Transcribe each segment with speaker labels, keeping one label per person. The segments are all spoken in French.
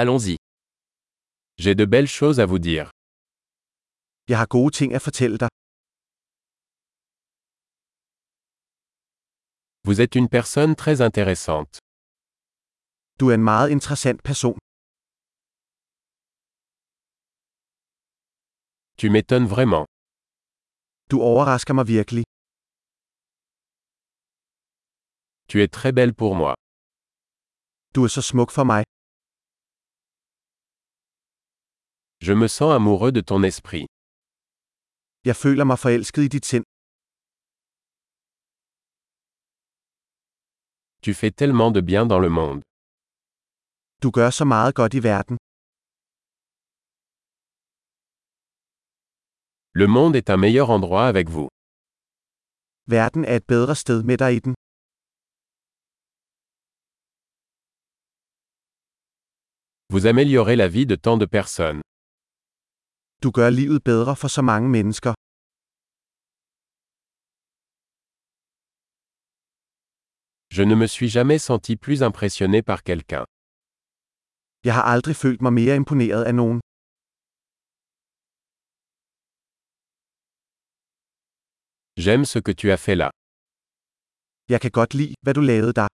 Speaker 1: Allons-y. J'ai de belles choses à vous dire.
Speaker 2: Jeg har gode ting at fortælle dig.
Speaker 1: Vous êtes une personne très intéressante.
Speaker 2: Du er en meget interessant person.
Speaker 1: Tu m'étonnes vraiment.
Speaker 2: Du overrasker mig virkelig.
Speaker 1: Tu es très belle pour moi.
Speaker 2: Du er så smuk for mig.
Speaker 1: Je me sens amoureux de ton esprit.
Speaker 2: Jeg føler mig forelsket i dit sind.
Speaker 1: Tu fais tellement de bien dans le monde.
Speaker 2: Du gør så meget godt i verden.
Speaker 1: Le monde est un meilleur endroit avec vous.
Speaker 2: Verden er et bedre sted med dig i den.
Speaker 1: Vous améliorez la vie de tant de personnes.
Speaker 2: Du gør livet bedre for så mange mennesker.
Speaker 1: Je ne me suis jamais senti plus impressionné par quelqu'un.
Speaker 2: Jeg har aldrig følt mig mere imponeret af nogen.
Speaker 1: J'aime ce que tu as fait là.
Speaker 2: Jeg kan godt lide, hvad du lavede der.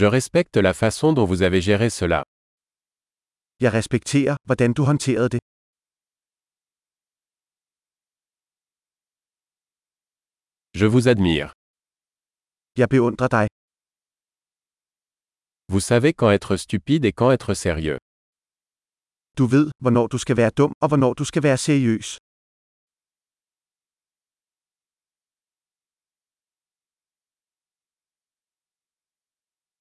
Speaker 1: Je respecte la façon dont vous avez géré cela.
Speaker 2: Jeg respekterer, hvordan du håndterede det.
Speaker 1: Je vous admire.
Speaker 2: Jeg beundrer dig.
Speaker 1: Vous savez quand être stupide et quand être sérieux.
Speaker 2: Du ved, hvornår du skal være dum og hvornår du skal være seriøs.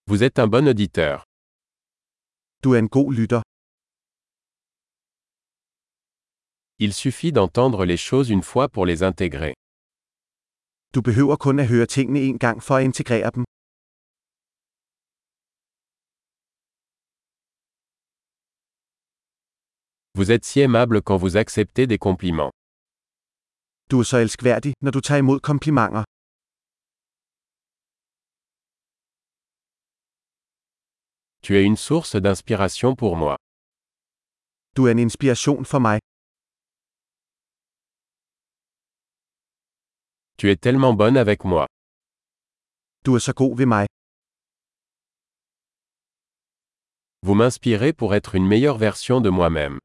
Speaker 1: Vous êtes un bon auditeur.
Speaker 2: Du er en god lytter.
Speaker 1: Il suffit d'entendre les choses une fois pour les intégrer.
Speaker 2: Du behøver kun at høre tingene en gang for at integrere dem.
Speaker 1: Vous êtes si aimable quand vous acceptez des compliments.
Speaker 2: Du er så elskværdig, når du tager imod komplimenter.
Speaker 1: Tu es une source d'inspiration pour moi.
Speaker 2: Du er en inspiration for mig.
Speaker 1: Tu es tellement bonne avec moi.
Speaker 2: Du er så god ved mig.
Speaker 1: Vous m'inspirez pour être une meilleure version de moi-même.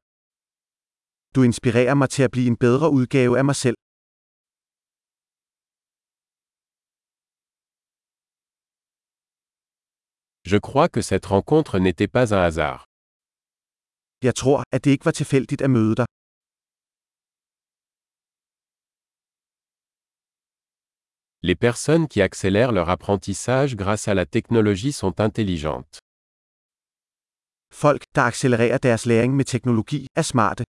Speaker 2: Du inspirerer mig til at blive en bedre udgave af mig selv.
Speaker 1: Je crois que cette rencontre n'était pas un hasard.
Speaker 2: Jeg tror, at det ikke var tilfældigt at møde dig.
Speaker 1: Les personnes qui accélèrent leur apprentissage grâce à la technologie sont intelligentes.
Speaker 2: Folk, der accelererer deres læring med teknologi, er smarte.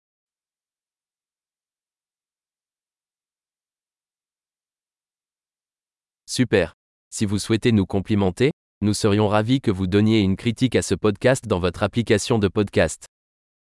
Speaker 3: Super. Si vous souhaitez nous complimenter, nous serions ravis que vous donniez une critique à ce podcast dans votre application de podcast.